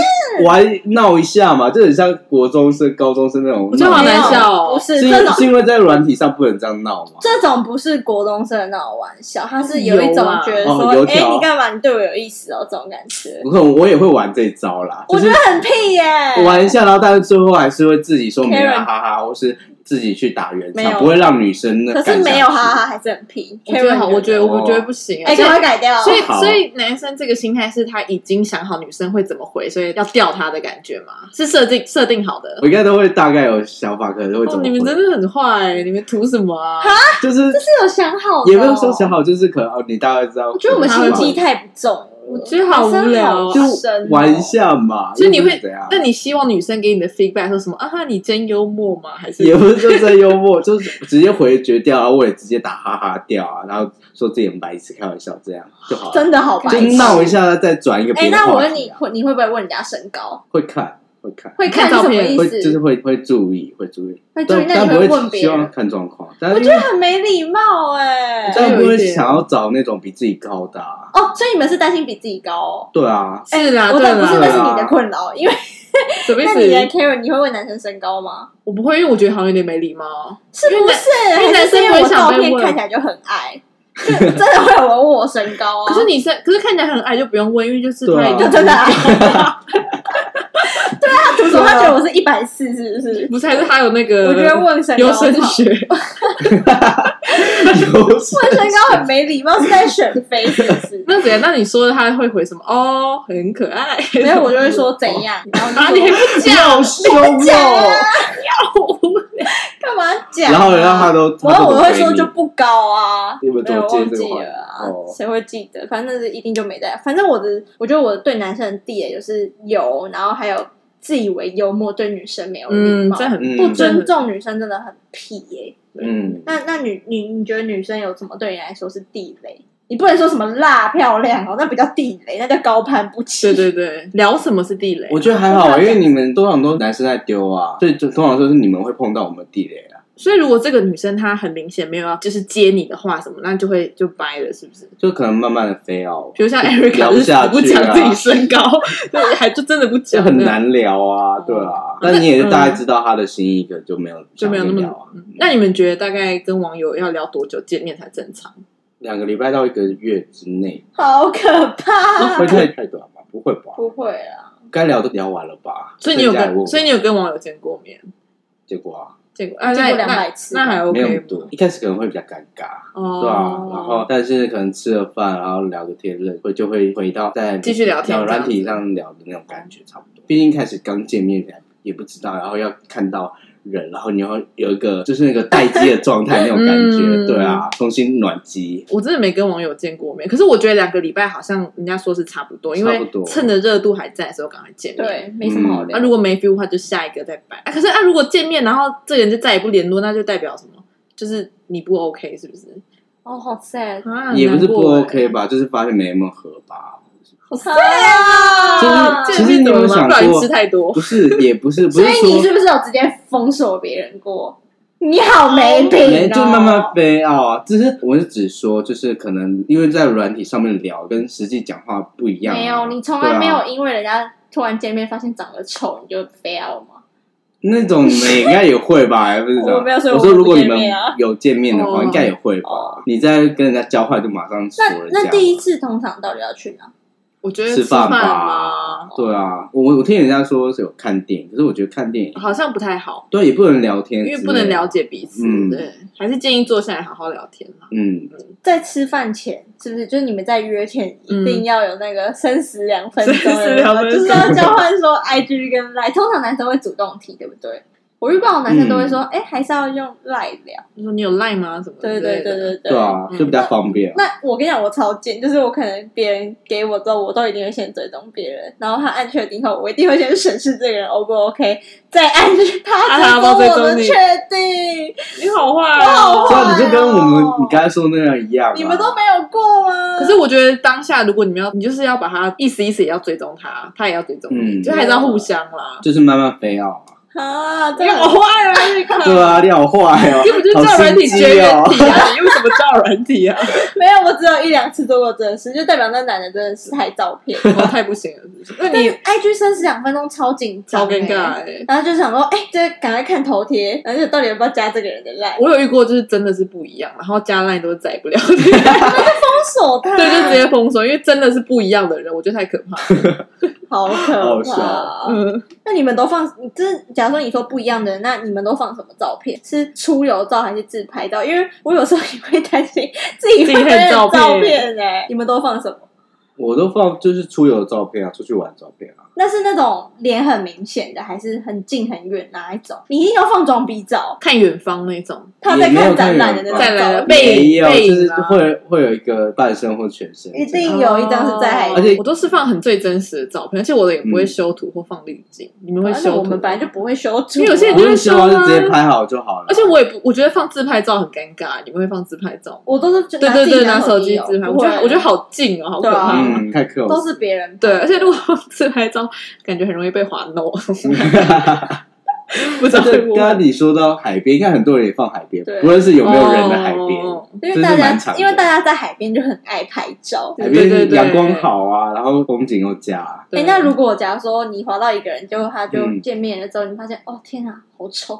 Speaker 3: 玩闹一下嘛，就很像国中生、高中生那种闹。
Speaker 1: 我觉得好难笑
Speaker 2: 没有
Speaker 1: 哦
Speaker 2: 不。是
Speaker 3: 是因为
Speaker 2: 这种
Speaker 3: 是因为在软体上不能这样闹嘛？
Speaker 2: 这种不是国中生的那种玩笑，他是有一
Speaker 1: 有
Speaker 2: 种
Speaker 1: 啊
Speaker 2: 觉得
Speaker 3: 哦
Speaker 2: 说，
Speaker 3: 油
Speaker 2: 哎、
Speaker 3: 条
Speaker 2: 你干嘛？你对我有意思哦，这种感觉，
Speaker 3: 我可能我也会玩这一招啦，
Speaker 2: 我
Speaker 3: 就
Speaker 2: 觉
Speaker 3: 是
Speaker 2: 得很屁耶、
Speaker 3: 玩一下，然后但是最后还是会自己说没
Speaker 2: Karen
Speaker 3: 啦哈哈，或是自己去打圆
Speaker 2: 没
Speaker 3: 场，
Speaker 2: 有
Speaker 3: 不会让女生那
Speaker 2: 可是
Speaker 3: 干下
Speaker 2: 没有
Speaker 3: 去
Speaker 2: 哈哈，还是很屁。
Speaker 1: 我觉得好，
Speaker 2: Karen
Speaker 1: 我觉得
Speaker 3: 哦
Speaker 1: 我觉得不行啊，
Speaker 2: 哎，
Speaker 1: 而且
Speaker 2: 赶快改掉。
Speaker 1: 所以，
Speaker 3: 好
Speaker 1: 所以男生这个心态是他已经想好女生会怎么回，所以要吊他的感觉吗？是设定设定好的
Speaker 3: 我。应该都会大概有想法，可能会怎
Speaker 1: 哦
Speaker 3: 么、，
Speaker 1: 你们真的很坏，你们图什么啊？
Speaker 3: 就是
Speaker 2: 是有想好的、哦，
Speaker 3: 也没有说想好，就是可能哦，你大概知道。
Speaker 2: 我觉得我们
Speaker 1: 心
Speaker 2: 心
Speaker 1: 机
Speaker 2: 机太不重了，
Speaker 1: 我觉得好无聊哦
Speaker 3: 就
Speaker 2: 男生好深哦
Speaker 3: 玩一。下嘛，
Speaker 1: 所以你
Speaker 3: 又不
Speaker 1: 会
Speaker 3: 是怎样？
Speaker 1: 那你希望女生给你的 feedback 说什么啊？哈，你真幽默吗？还是
Speaker 3: 也不是就真幽默，就是直接回绝掉，然后我也直接打哈哈掉啊，然后说自己很白痴，开玩笑这样就好了，
Speaker 2: 真的好白
Speaker 3: 就
Speaker 2: 痴。
Speaker 3: 闹一下，再转一个
Speaker 2: 哎、
Speaker 3: 别的
Speaker 2: 那我
Speaker 3: 话
Speaker 2: 问
Speaker 3: 题
Speaker 2: 你
Speaker 3: 啊。，
Speaker 2: 会你会不会问人家身高？
Speaker 3: 会看会看，
Speaker 2: 会看
Speaker 1: 看照
Speaker 2: 是什么
Speaker 1: 片
Speaker 2: 意
Speaker 3: 会
Speaker 2: 思？
Speaker 3: 就是会会注意会注意，
Speaker 2: 会注意
Speaker 3: 但，
Speaker 2: 那
Speaker 3: 但
Speaker 2: 你
Speaker 3: 不
Speaker 2: 问
Speaker 3: 会
Speaker 2: 别
Speaker 3: 希望
Speaker 2: 人？
Speaker 3: 看状况，
Speaker 2: 我
Speaker 3: 但
Speaker 2: 觉
Speaker 3: 是
Speaker 2: 得很没礼貌哎、
Speaker 1: 这样
Speaker 3: 但不
Speaker 1: 有一
Speaker 3: 会
Speaker 1: 点
Speaker 3: 想要找那种比自己高的啊。
Speaker 2: 哦，所以你们是担心比自己高哦？
Speaker 3: 对 啊，
Speaker 1: 是啦，
Speaker 2: 我
Speaker 1: 对
Speaker 2: 的不
Speaker 1: 啦，
Speaker 2: 是，那是你
Speaker 3: 对
Speaker 2: 的
Speaker 3: 啊
Speaker 2: 困扰，因为
Speaker 1: 什么意
Speaker 2: 那你的
Speaker 1: 思？
Speaker 2: Karen，你会问男生身高吗？
Speaker 1: 我不会，因为我觉得好像有点没礼貌。
Speaker 2: 是不是？
Speaker 1: 因为男
Speaker 2: 还是因为
Speaker 1: 因为男生不会
Speaker 2: 我照
Speaker 1: 想被
Speaker 2: 片
Speaker 1: 问
Speaker 2: 看起来就很 矮，就真的会有人问我身高啊？
Speaker 1: 可是你是，可是看起来很矮就不用问，因为就是
Speaker 3: 对
Speaker 1: 他
Speaker 3: 啊
Speaker 1: 已
Speaker 2: 就
Speaker 1: 经
Speaker 2: 真 的矮。对啊，他图什
Speaker 1: 啊
Speaker 2: 么？他觉得我是一百四，是不是？
Speaker 1: 不是，还是他有那个
Speaker 2: 我觉得问身高
Speaker 1: 优
Speaker 2: 好，
Speaker 1: 生学，？
Speaker 3: 有
Speaker 2: 问身高很没礼貌，是在选妃是不是
Speaker 1: 那怎样？那你说他会回什么？哦，很可爱。
Speaker 2: 没有，我就会说怎样，然后
Speaker 1: 啊，
Speaker 2: 就
Speaker 1: 你还
Speaker 2: 说
Speaker 1: 不 讲，
Speaker 3: 好凶
Speaker 2: 讲
Speaker 3: 哦。
Speaker 2: 啊
Speaker 1: 我
Speaker 2: 干嘛讲啊？
Speaker 3: 然后然后他都，
Speaker 2: 然后我会说
Speaker 3: 就
Speaker 2: 就不高啊，
Speaker 3: 你们
Speaker 2: 没
Speaker 3: 怎
Speaker 2: 有
Speaker 3: 么
Speaker 2: 忘
Speaker 3: 接这
Speaker 2: 记
Speaker 3: 个话题
Speaker 2: 了啊
Speaker 3: 哦，
Speaker 2: 谁会记得？反正那是一定就没带。反正我的，我觉得我对男生的地雷就是有，然后还有自以为幽默，对女生没有礼
Speaker 1: 嗯，
Speaker 2: 貌，
Speaker 1: 这很
Speaker 3: 嗯
Speaker 2: 不尊重女生真的很屁耶、
Speaker 3: 嗯，
Speaker 2: 那那女你你觉得女生有什么对你来说是地雷？你不能说什么辣漂亮哦，那比较地雷，那叫高攀不起。
Speaker 1: 对对对，聊什么是地雷？
Speaker 2: 嗯
Speaker 3: 我觉得还好，因为你们通常都男生在丢啊，所以就通常都是你们会碰到我们地雷啊，
Speaker 1: 所以如果这个女生她很明显没有要就是接你的话什么，那就会就掰了，是不是？
Speaker 3: 就可能慢慢的飞哦，
Speaker 1: 比如像 Erica
Speaker 3: 聊不
Speaker 1: 就是
Speaker 3: 下
Speaker 1: 死
Speaker 3: 去啊
Speaker 1: 不讲自己身高， 对，还就真的不
Speaker 3: 就
Speaker 1: 讲，
Speaker 3: 很。难聊啊，
Speaker 1: 哦
Speaker 3: 对啊，
Speaker 1: 那嗯
Speaker 3: 但你也大概知道他的心意，可能就没有
Speaker 1: 就没有那
Speaker 3: 想
Speaker 1: 么
Speaker 3: 要聊啊，
Speaker 1: 嗯那你们觉得大概跟网友要聊多久见面才正常？
Speaker 3: 两个礼拜到一个月之内，
Speaker 2: 好可怕！
Speaker 3: 会太太短吧？不会吧？
Speaker 2: 不会啊，
Speaker 3: 该聊都聊完了吧？
Speaker 1: 所以你有
Speaker 3: 剩下还问
Speaker 1: 跟
Speaker 3: 我
Speaker 1: 所以你有跟网友见过面？
Speaker 3: 结果啊，
Speaker 1: 见过啊，
Speaker 2: 见
Speaker 1: 那
Speaker 2: 过两
Speaker 1: 那
Speaker 2: 百次
Speaker 1: 那还
Speaker 3: 没
Speaker 1: OK
Speaker 3: 有那么
Speaker 1: 吗
Speaker 3: 多，一开始可能会比较尴尬，
Speaker 1: 哦，
Speaker 3: 对啊，然后但是可能吃了饭，然后聊个天，认会就会回到在
Speaker 1: 继续聊天
Speaker 3: 软体
Speaker 1: 这
Speaker 3: 上聊的那种感觉差不多。毕竟开始刚见面也不知道，然后要看到人，然后你要有一个就是那个待机的状态那种感觉，
Speaker 1: 嗯
Speaker 3: 对啊，重新暖机。
Speaker 1: 我真的没跟网友见过面，可是我觉得两个礼拜好像人家说是差不多，因
Speaker 3: 差
Speaker 1: 为
Speaker 3: 不多
Speaker 1: 趁着热度还在的时候赶快见面。
Speaker 2: 对，没什么好
Speaker 3: 嗯
Speaker 2: 聊
Speaker 1: 啊，。如果没 feel 的话，就下一个再摆。啊，可是啊，如果见面然后这个人就再也不联络，那就代表什么？就是你不 OK 是不是？
Speaker 2: 哦，好 sad，
Speaker 1: 啊，
Speaker 3: 也不是
Speaker 1: 很
Speaker 3: 不
Speaker 2: 欸
Speaker 1: 难过
Speaker 3: OK 吧，就是发现没那么合吧。
Speaker 2: 好
Speaker 1: 欸？见面怎么
Speaker 3: 其实
Speaker 2: 啊 sad
Speaker 3: 其实你有
Speaker 1: 了
Speaker 3: 想
Speaker 1: 吗？不
Speaker 3: 过
Speaker 1: 小心吃太多
Speaker 3: 不。 是，也不是，不
Speaker 2: 所
Speaker 3: 是
Speaker 2: 以你是
Speaker 3: 说
Speaker 2: 不是有直接封锁别人过？你好没品、哦，
Speaker 3: 没就慢慢飞哦。只是我是只说，就是可能因为在软体上面聊，跟实际讲话不一样啊。
Speaker 2: 没有，你从
Speaker 3: 对
Speaker 2: 来
Speaker 3: 啊
Speaker 2: 没有因为人家突然见面发现长得丑你就 fail 吗？
Speaker 3: 那种你们应该也会吧？还不是这样
Speaker 2: 我没有所以
Speaker 3: 我
Speaker 2: 我
Speaker 3: 说如果
Speaker 2: 不
Speaker 3: 你
Speaker 2: 见
Speaker 3: 们
Speaker 2: 面啊
Speaker 3: 有见面的话，
Speaker 1: 哦
Speaker 3: 应该也会吧？
Speaker 2: 哦，
Speaker 3: 你在跟人家交换就马上说
Speaker 2: 那
Speaker 3: 人家。
Speaker 2: 那第一次通常到底要去哪？
Speaker 1: 我觉得
Speaker 3: 吃饭吧
Speaker 1: 嘛，
Speaker 3: 对啊，我我听人家说是有看电影，可是我觉得看电影
Speaker 1: 好像不太好，
Speaker 3: 对也不能聊天，
Speaker 1: 啊因为不能了。解彼此。
Speaker 3: 嗯
Speaker 1: 对，还是建议坐下来好好聊天啦。
Speaker 3: 嗯，
Speaker 2: 在吃饭前，是不是？就是你们在约前
Speaker 1: 嗯
Speaker 2: 一定要有那个生死两分钟，
Speaker 1: 生死两分钟
Speaker 2: 就是要交换说 IG 跟 Line。通常男生会主动提，对不对？我遇到的男生都会
Speaker 3: 嗯
Speaker 2: 说，哎、还是要用 Line 聊。
Speaker 1: 就说你有赖吗？什么之
Speaker 2: 对
Speaker 1: 类的？
Speaker 2: 对对对对
Speaker 3: 对啊，
Speaker 1: 嗯
Speaker 3: 就比较方便。
Speaker 2: 那我跟你讲，我超贱，就是我可能别人给我之后，我都一定会先追踪别人，然后他按确定后，我一定会先审视这个人 O 不 OK，再按
Speaker 1: 啊他
Speaker 2: 他
Speaker 1: 要不要
Speaker 2: 追
Speaker 1: 追
Speaker 2: 踪
Speaker 1: 踪
Speaker 2: 我的
Speaker 1: 你
Speaker 2: 确定。
Speaker 1: 你好坏
Speaker 2: 我好
Speaker 1: 哦
Speaker 3: 这
Speaker 2: 坏
Speaker 3: 样你啊就跟我们
Speaker 2: 哦
Speaker 3: 你刚才说那样一样啊，
Speaker 2: 你们都没有过吗？
Speaker 1: 可是我觉得当下，如果你们要，你就是要把他意思意思也要追踪他，他也要追踪你，
Speaker 3: 嗯
Speaker 1: 就还是要互相啦。
Speaker 3: 就是慢慢飞啊。
Speaker 2: 啊，这
Speaker 1: 你
Speaker 2: 个
Speaker 1: 好坏啊！你看，
Speaker 3: 对啊，你好坏哦，
Speaker 1: 根本就是叫软体绝缘
Speaker 3: 好心机哦。
Speaker 1: 体啊！你为什么叫软体 啊？
Speaker 2: 没有，我只有一两次做过这件事，就代表那男的真的是太照 骗。
Speaker 1: 我哦太不行了，是不是那
Speaker 2: 但
Speaker 1: 你
Speaker 2: 是 IG 三十两分钟超紧张、欸
Speaker 1: 超尴尬。哎。
Speaker 2: 然后就想说，哎、这赶快看头贴，然后就到底要不要加这个人的 line，
Speaker 1: 我有遇过，就是真的是不一样，然后加 line 都载不了，对，
Speaker 2: 封锁 他，
Speaker 1: 就直接封锁，因为真的是不一样的人，我觉得太可怕 了。
Speaker 2: 好
Speaker 3: 好
Speaker 2: 可
Speaker 3: 笑
Speaker 2: 怕。
Speaker 1: 嗯，
Speaker 2: 那你们都放，就是假如说你说不一样的人，那你们都放什么照片？是出游照还是自拍照？因为我有时候也会担心自己
Speaker 1: 自己看
Speaker 2: 会被
Speaker 1: 照片
Speaker 2: 照片哎、你们都放什么？
Speaker 3: 我都放就是出游的照片啊，出去玩的照片啊。
Speaker 2: 那是那种脸很明显的，还是很近很远哪一种？你一定要放装逼照，
Speaker 1: 看远方那种，
Speaker 2: 他在看展览的那种
Speaker 1: 再来
Speaker 2: 照
Speaker 1: 了
Speaker 2: 片，
Speaker 1: 背
Speaker 3: 没有，
Speaker 1: 背
Speaker 3: 就
Speaker 1: 影
Speaker 3: 是
Speaker 1: 啊
Speaker 3: 会会有一个半身或全身，
Speaker 2: 一定有一张是在海
Speaker 1: 哦
Speaker 2: 边
Speaker 3: 而且
Speaker 1: 我都是放很最真实的照片，而且我的也不会修图或放滤镜，
Speaker 3: 嗯
Speaker 1: 你们会
Speaker 2: 而且
Speaker 1: 修图吗？
Speaker 2: 我们本来就不会修图啊，
Speaker 1: 因为有 些人
Speaker 3: 不
Speaker 1: 就
Speaker 3: 用
Speaker 1: 会
Speaker 3: 修
Speaker 1: 修
Speaker 3: 啊，
Speaker 1: 啊
Speaker 3: 就直接拍好就好了。
Speaker 1: 而且我也不，我觉得放自拍照很尴尬，你们会放自拍照吗？
Speaker 2: 我都是
Speaker 1: 对对对，拿手
Speaker 2: 手
Speaker 1: 机自拍，我
Speaker 2: 不
Speaker 1: 觉
Speaker 2: 会
Speaker 1: 得我觉得好近哦，好可
Speaker 2: 对啊
Speaker 1: 怕。
Speaker 3: 嗯，太客
Speaker 2: 都
Speaker 3: 气。
Speaker 2: 是别人
Speaker 1: 对，而且如果放自拍照，感觉很容易被划 no，不知道
Speaker 3: 对
Speaker 1: 会，不
Speaker 3: 刚
Speaker 1: 会
Speaker 3: 刚你说到海边，应该很多人也放海边，
Speaker 2: 对
Speaker 3: 不论是有没有人的海边，
Speaker 1: 哦
Speaker 2: 因
Speaker 3: 这
Speaker 2: 为
Speaker 3: 是
Speaker 2: 大
Speaker 3: 蛮常
Speaker 2: 家
Speaker 3: 的
Speaker 2: 因为大家在海边就很爱拍照。
Speaker 3: 海
Speaker 1: 对对
Speaker 3: 边
Speaker 1: 对
Speaker 3: 阳光好啊，然后风景又佳，
Speaker 2: 哎、
Speaker 1: 对啊
Speaker 2: 那如果假如说你滑到一个人，结果他就
Speaker 3: 嗯
Speaker 2: 见面了之后，你发现哦天啊，好丑，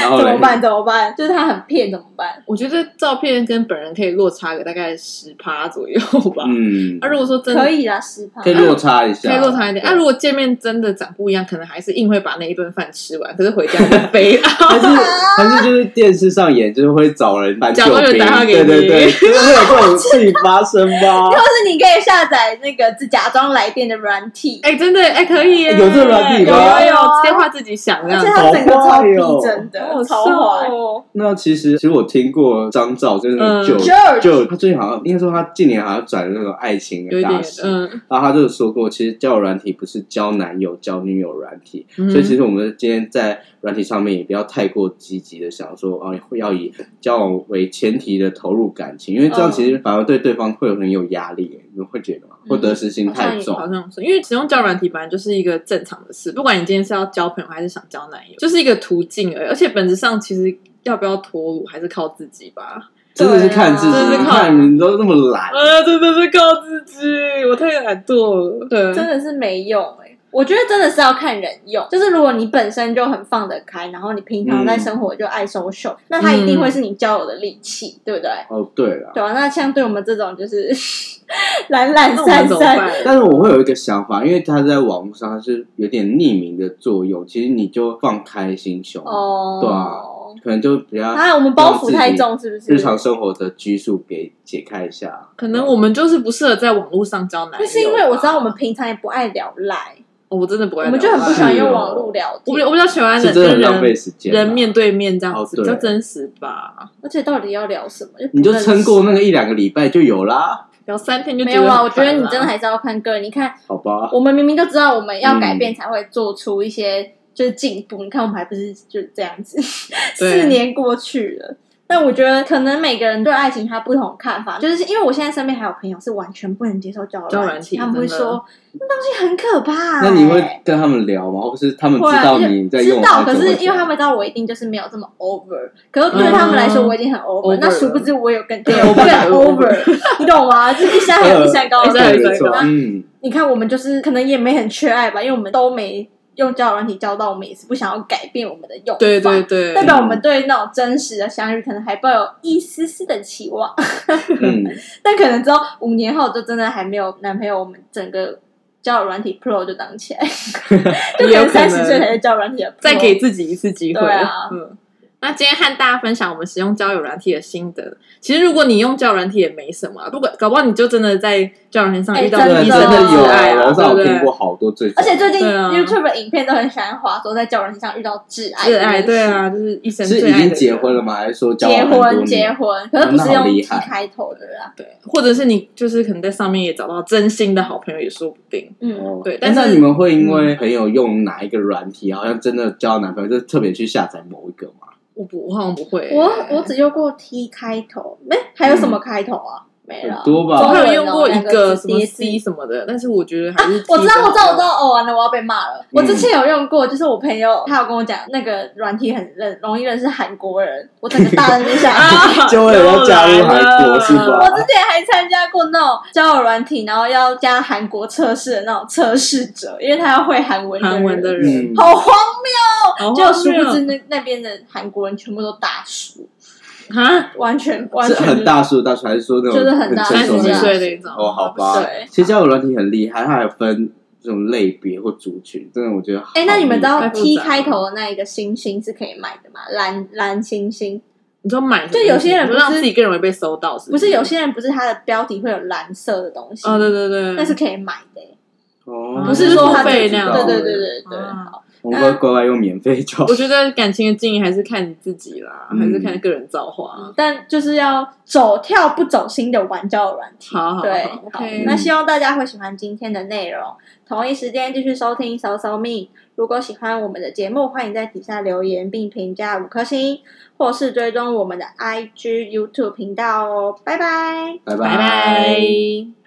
Speaker 3: 然后
Speaker 2: 怎
Speaker 3: 嘞
Speaker 2: 么办？怎么办？就是他很骗，怎么办？
Speaker 1: 我觉得照片跟本人可以落差个大概十趴左右吧。
Speaker 3: 嗯
Speaker 1: 那、，如果说真的
Speaker 2: 可以啦，失败
Speaker 3: 可以。落差一下，
Speaker 1: 可以落差一点，啊那、
Speaker 3: 对
Speaker 1: 如果见面真的长不一样，可能还是硬会把那一顿饭吃完，可是回家就飞了。
Speaker 3: 还是还是就是电视上演，就是会找人搬救
Speaker 1: 假
Speaker 3: 兵，
Speaker 1: 装有人打电话给
Speaker 3: 对
Speaker 1: 你
Speaker 3: 对 对，就是会有这种事情发生吗？
Speaker 2: 或是你可以下载那个自假装来电的软体，
Speaker 1: 哎、真的哎、可以耶，
Speaker 3: 有这个软体
Speaker 1: 有
Speaker 3: 吗
Speaker 1: 有
Speaker 2: 有啊
Speaker 1: 有，电话自己响这
Speaker 2: 而
Speaker 1: 样
Speaker 2: 且
Speaker 1: 子。
Speaker 2: 它整个超逼
Speaker 1: 哦
Speaker 2: 真
Speaker 1: 好好
Speaker 2: 的，
Speaker 1: 笑
Speaker 2: 超坏。
Speaker 1: 哦！
Speaker 3: 那其实其实我听过张照，就是那种
Speaker 1: 嗯
Speaker 3: 就
Speaker 2: George，
Speaker 3: 就他最近好像应该说他近年好像转那种爱情
Speaker 1: 有
Speaker 3: 的
Speaker 1: 一
Speaker 3: 大
Speaker 1: 点
Speaker 3: 师，
Speaker 1: 嗯，
Speaker 3: 然后他就说过，其实交友软体不是交男友、交女友软体，
Speaker 1: 嗯
Speaker 3: 所以其实我们今天在软体上面也不要太过积极的想说啊，要以交往为前提的投入感情，因为这样
Speaker 2: 嗯
Speaker 3: 其实反而对对方会有很有压力，你们会觉得吗？
Speaker 2: 嗯
Speaker 3: 或得失心
Speaker 1: 好像
Speaker 3: 太
Speaker 1: 也
Speaker 3: 重，嗯
Speaker 1: 好像是，因为使用交友软体本来就是一个正常的事，不管你今天是要交朋友还是想交男友，就是一个途径而已。而且本质上其实要不要脱乳还是靠自己吧。
Speaker 3: 真的是看自己，
Speaker 1: 对啊
Speaker 3: 你看你们都那么懒，
Speaker 1: 啊，真的是靠自己，我太懒惰了。对，
Speaker 2: 真的是没用哎、我觉得真的是要看人用，就是如果你本身就很放得开，然后你平常在
Speaker 3: 嗯
Speaker 2: 生活就爱 social，、那它一定
Speaker 1: 嗯
Speaker 2: 会是你交友的利器，对不对？
Speaker 3: 哦，对了，
Speaker 2: 对啊，那像对我们这种就是 懒懒
Speaker 1: 那我们
Speaker 2: 散
Speaker 1: 怎么办
Speaker 2: 散，？
Speaker 3: 但是我会有一个想法，因为它在网络上它是有点匿名的作用，其实你就放开心胸，
Speaker 2: 哦，
Speaker 3: 对啊可能就比较
Speaker 2: 啊，我们包袱太重，是不是？
Speaker 3: 日常生活的拘束给解开一下。
Speaker 1: 可能我们就是不适合在网络上交男友啊。
Speaker 2: 那是因为我知道我们平常也不爱聊赖，
Speaker 1: 哦我真的不会
Speaker 2: 我
Speaker 1: 聊啊，
Speaker 2: 们就很不喜欢用
Speaker 3: 是哦
Speaker 2: 网络聊
Speaker 1: 我比
Speaker 2: 天，
Speaker 1: 我比较喜欢
Speaker 3: 是
Speaker 1: 人
Speaker 3: 真的
Speaker 1: 跟
Speaker 3: 很浪费
Speaker 1: 人
Speaker 3: 时间啊，
Speaker 1: 人面对面这样子，
Speaker 3: 哦对
Speaker 1: 比较真实吧。
Speaker 2: 而且到底要聊什么？
Speaker 3: 你就
Speaker 2: 不认识
Speaker 3: 撑过那个一两个礼拜就有啦，
Speaker 1: 聊三天就
Speaker 2: 没有啊？
Speaker 1: 啊，
Speaker 2: 我觉得你真的还是要看个人。你看，
Speaker 3: 好吧？
Speaker 2: 我们明明就知道我们要改变才会做出一些就是进步，你看我们还不是就这样 子，
Speaker 1: 对
Speaker 3: 啊
Speaker 2: 四年过去了。但我觉得可能每个人对爱情他不同看法，就是因为我现在身边还有朋友是完全不能接受交友
Speaker 1: 交友
Speaker 2: 软
Speaker 1: 软体
Speaker 2: 他们会
Speaker 1: 真的
Speaker 2: 说那东西很可怕、欸。
Speaker 3: 那你会跟他们聊吗？或是他们
Speaker 2: 会
Speaker 3: 知
Speaker 2: 啊
Speaker 3: 道
Speaker 2: 就
Speaker 3: 你在用
Speaker 2: 知道，
Speaker 3: 完就
Speaker 2: 可
Speaker 3: 会这样？
Speaker 2: 是因为他们知道我一定就是没有这么 over，可是对他们来说
Speaker 1: 嗯
Speaker 2: 我已经很 over，、
Speaker 1: over
Speaker 2: 那殊不知我有更更
Speaker 1: 对我呃不敢
Speaker 2: over，你懂吗？就是一山还有一山高，
Speaker 1: 一山还有一
Speaker 3: 对没
Speaker 1: 山
Speaker 3: 错
Speaker 1: 高，
Speaker 3: 嗯，
Speaker 2: 你看，我们就是可能也没很缺爱吧，因为我们都没用交友软体交到，我们也是不想要改变我们的用法。
Speaker 1: 对对对，
Speaker 2: 代表我们对那种真实的相遇，可能还抱有一丝丝的期望，
Speaker 3: 嗯，
Speaker 2: 但可能之后五年后就真的还没有男朋友，我们整个交友软体 Pro 就当起来， 就
Speaker 1: 也有可
Speaker 2: 三
Speaker 1: 能
Speaker 2: 十岁才是交友软体的 Pro。
Speaker 1: 再给自己一次机会。
Speaker 2: 对啊
Speaker 1: 嗯。那今天和大家分享我们使用交友软体的心得。其实如果你用交友软体也没什么啊，不管搞不好你就真的在交友软体上
Speaker 2: 哎
Speaker 1: 遇到
Speaker 2: 真
Speaker 1: 你
Speaker 2: 的
Speaker 3: 对，
Speaker 1: 真
Speaker 3: 真
Speaker 1: 的
Speaker 3: 的有，
Speaker 1: 爱啊，
Speaker 3: 网上
Speaker 1: 对
Speaker 3: 我
Speaker 1: 不
Speaker 3: 听
Speaker 1: 对
Speaker 3: 过？好多最，
Speaker 2: 而且最近
Speaker 1: 对啊
Speaker 2: YouTube 的影片都很喜欢滑说在交友软体上遇到挚爱，
Speaker 1: 挚爱对。啊，就是一生
Speaker 3: 是
Speaker 1: 最爱
Speaker 3: 已
Speaker 1: 的
Speaker 3: 经
Speaker 1: 人
Speaker 3: 结婚了吗？还是说交
Speaker 2: 结
Speaker 3: 往很多
Speaker 2: 婚，
Speaker 3: 年
Speaker 2: 结婚，可是不
Speaker 3: 那
Speaker 2: 是
Speaker 3: 好
Speaker 2: 用
Speaker 3: 厉
Speaker 2: T
Speaker 3: 害
Speaker 2: 开头的啦。
Speaker 1: 对，或者是你就是可能在上面也找到真心的好朋友也说不定。
Speaker 2: 嗯，
Speaker 3: 哦
Speaker 1: 对
Speaker 3: 但
Speaker 1: 但是
Speaker 3: 是你们会因为朋友用哪一个软体，好像真的交到男朋友，就特别去下载某一个嘛？
Speaker 1: 我不，我好像不会欸、
Speaker 2: 我我只用过 T 开头，没还有什么开头啊？没了，
Speaker 3: 很多吧
Speaker 2: 中
Speaker 1: 我
Speaker 2: 文哦
Speaker 1: 还有用过一
Speaker 2: 两个
Speaker 1: 个
Speaker 2: 字
Speaker 1: 什么
Speaker 2: 叠字
Speaker 1: C 什么的，但是我觉得还是 T
Speaker 2: 啊我知道，
Speaker 1: 比较
Speaker 2: 我知道，我
Speaker 1: 好。
Speaker 2: 知道，哦，完了，我要被骂
Speaker 3: 嗯
Speaker 2: 了。我之前有用过，就是我朋友他有跟我讲，那个软体很认容易认识韩国人，我整个大人就 想
Speaker 1: 啊，
Speaker 3: 就为了要加入韩
Speaker 1: 又来
Speaker 3: 国
Speaker 1: 了
Speaker 3: 是吧
Speaker 2: 我之前还参加过那种交友软体，然后要加韩国测试的那种测试者，因为他要会韩文，
Speaker 1: 韩文的
Speaker 2: 人，
Speaker 1: 人，
Speaker 3: 嗯，
Speaker 2: 好荒
Speaker 1: 好
Speaker 2: 谬。就殊
Speaker 1: 荒
Speaker 2: 不
Speaker 1: 谬
Speaker 2: 知那那边的韩国人全部都大叔，
Speaker 1: 啊，
Speaker 2: 完全完
Speaker 3: 是
Speaker 2: 全
Speaker 3: 很大数的大叔，还是说那种
Speaker 2: 就是很大数
Speaker 1: 三
Speaker 3: 成熟
Speaker 1: 十几
Speaker 3: 的人
Speaker 2: 对啊
Speaker 1: 岁那种。
Speaker 3: 哦，好吧
Speaker 2: 对。
Speaker 3: 其实交友软体很厉害，它还有分这种类别或族群，真的我觉得好厉
Speaker 2: 哎、
Speaker 3: 害。
Speaker 2: 那你们知道
Speaker 1: 太复
Speaker 2: T
Speaker 1: 杂了
Speaker 2: 开头的那一个星星是可以买的吗？蓝蓝星星，
Speaker 1: 你就买什么
Speaker 2: 就有些人
Speaker 1: 你
Speaker 2: 不
Speaker 1: 就是让自己更容易被搜到，是
Speaker 2: 不
Speaker 1: 是
Speaker 2: 是有些人不是它的标题会有蓝色的东西，
Speaker 1: 哦，对对对，
Speaker 2: 那是可以买的、
Speaker 3: 哦，
Speaker 1: 不
Speaker 2: 不是说它
Speaker 1: 付费
Speaker 2: 对
Speaker 1: 那样
Speaker 2: 对
Speaker 1: 子
Speaker 2: 对对对对。
Speaker 1: 啊
Speaker 2: 好
Speaker 3: 我们会乖乖用免费 就好
Speaker 1: 我。觉得感情的经营还是看你自己啦，
Speaker 3: 嗯
Speaker 1: 还是看个人造化。
Speaker 2: 嗯但就是要走跳不走心的玩交友软体。
Speaker 1: 好好好嗯
Speaker 2: 对，好
Speaker 1: ，OK，，
Speaker 2: 那希望大家会喜欢今天的内容。同一时间继续收听《搜搜蜜》。如果喜欢我们的节目，欢迎在底下留言并评价五颗星，或是追踪我们的 IG、YouTube 频道哦。拜拜。
Speaker 3: 拜
Speaker 1: 拜拜。